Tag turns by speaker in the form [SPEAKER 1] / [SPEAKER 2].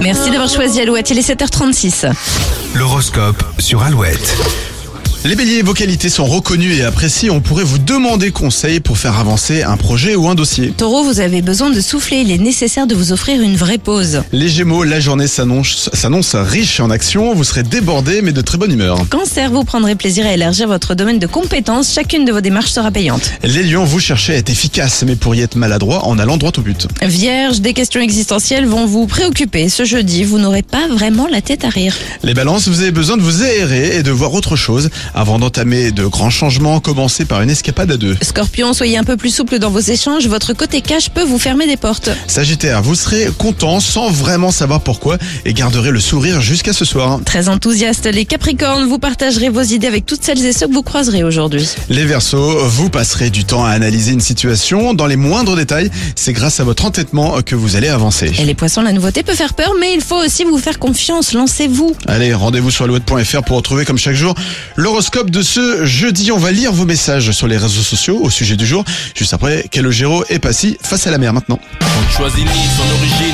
[SPEAKER 1] Merci d'avoir choisi Alouette, il est 7h36.
[SPEAKER 2] L'horoscope sur Alouette.
[SPEAKER 3] Les béliers, vos qualités sont reconnues et appréciées. On pourrait vous demander conseil pour faire avancer un projet ou un dossier.
[SPEAKER 1] Taureau, vous avez besoin de souffler, il est nécessaire de vous offrir une vraie pause.
[SPEAKER 3] Les gémeaux, la journée s'annonce s'annonce riche en actions. Vous serez débordés mais de très bonne humeur.
[SPEAKER 1] Cancer, vous prendrez plaisir à élargir votre domaine de compétences, chacune de vos démarches sera payante.
[SPEAKER 3] Les lions, vous cherchez à être efficace mais pourriez être maladroit en allant droit au but.
[SPEAKER 1] Vierge, des questions existentielles vont vous préoccuper. Ce jeudi, vous n'aurez pas vraiment la tête à rire.
[SPEAKER 3] Les balances, vous avez besoin de vous aérer et de voir autre chose. Avant d'entamer de grands changements, commencez par une escapade à deux.
[SPEAKER 1] Scorpion, soyez un peu plus souple dans vos échanges, votre côté cash peut vous fermer des portes.
[SPEAKER 3] Sagittaire, vous serez content sans vraiment savoir pourquoi et garderez le sourire jusqu'à ce soir.
[SPEAKER 1] Très enthousiaste, les Capricornes, vous partagerez vos idées avec toutes celles et ceux que vous croiserez aujourd'hui.
[SPEAKER 3] Les Verseaux, vous passerez du temps à analyser une situation dans les moindres détails. C'est grâce à votre entêtement que vous allez avancer.
[SPEAKER 1] Et les poissons, la nouveauté peut faire peur, mais il faut aussi vous faire confiance, lancez-vous.
[SPEAKER 3] Allez, rendez-vous sur alouette.fr pour retrouver comme chaque jour l'horoscope de ce jeudi. On va lire vos messages sur les réseaux sociaux au sujet du jour. Juste après, Calogero et Passy face à la mer maintenant.
[SPEAKER 4] On choisit ni son origine.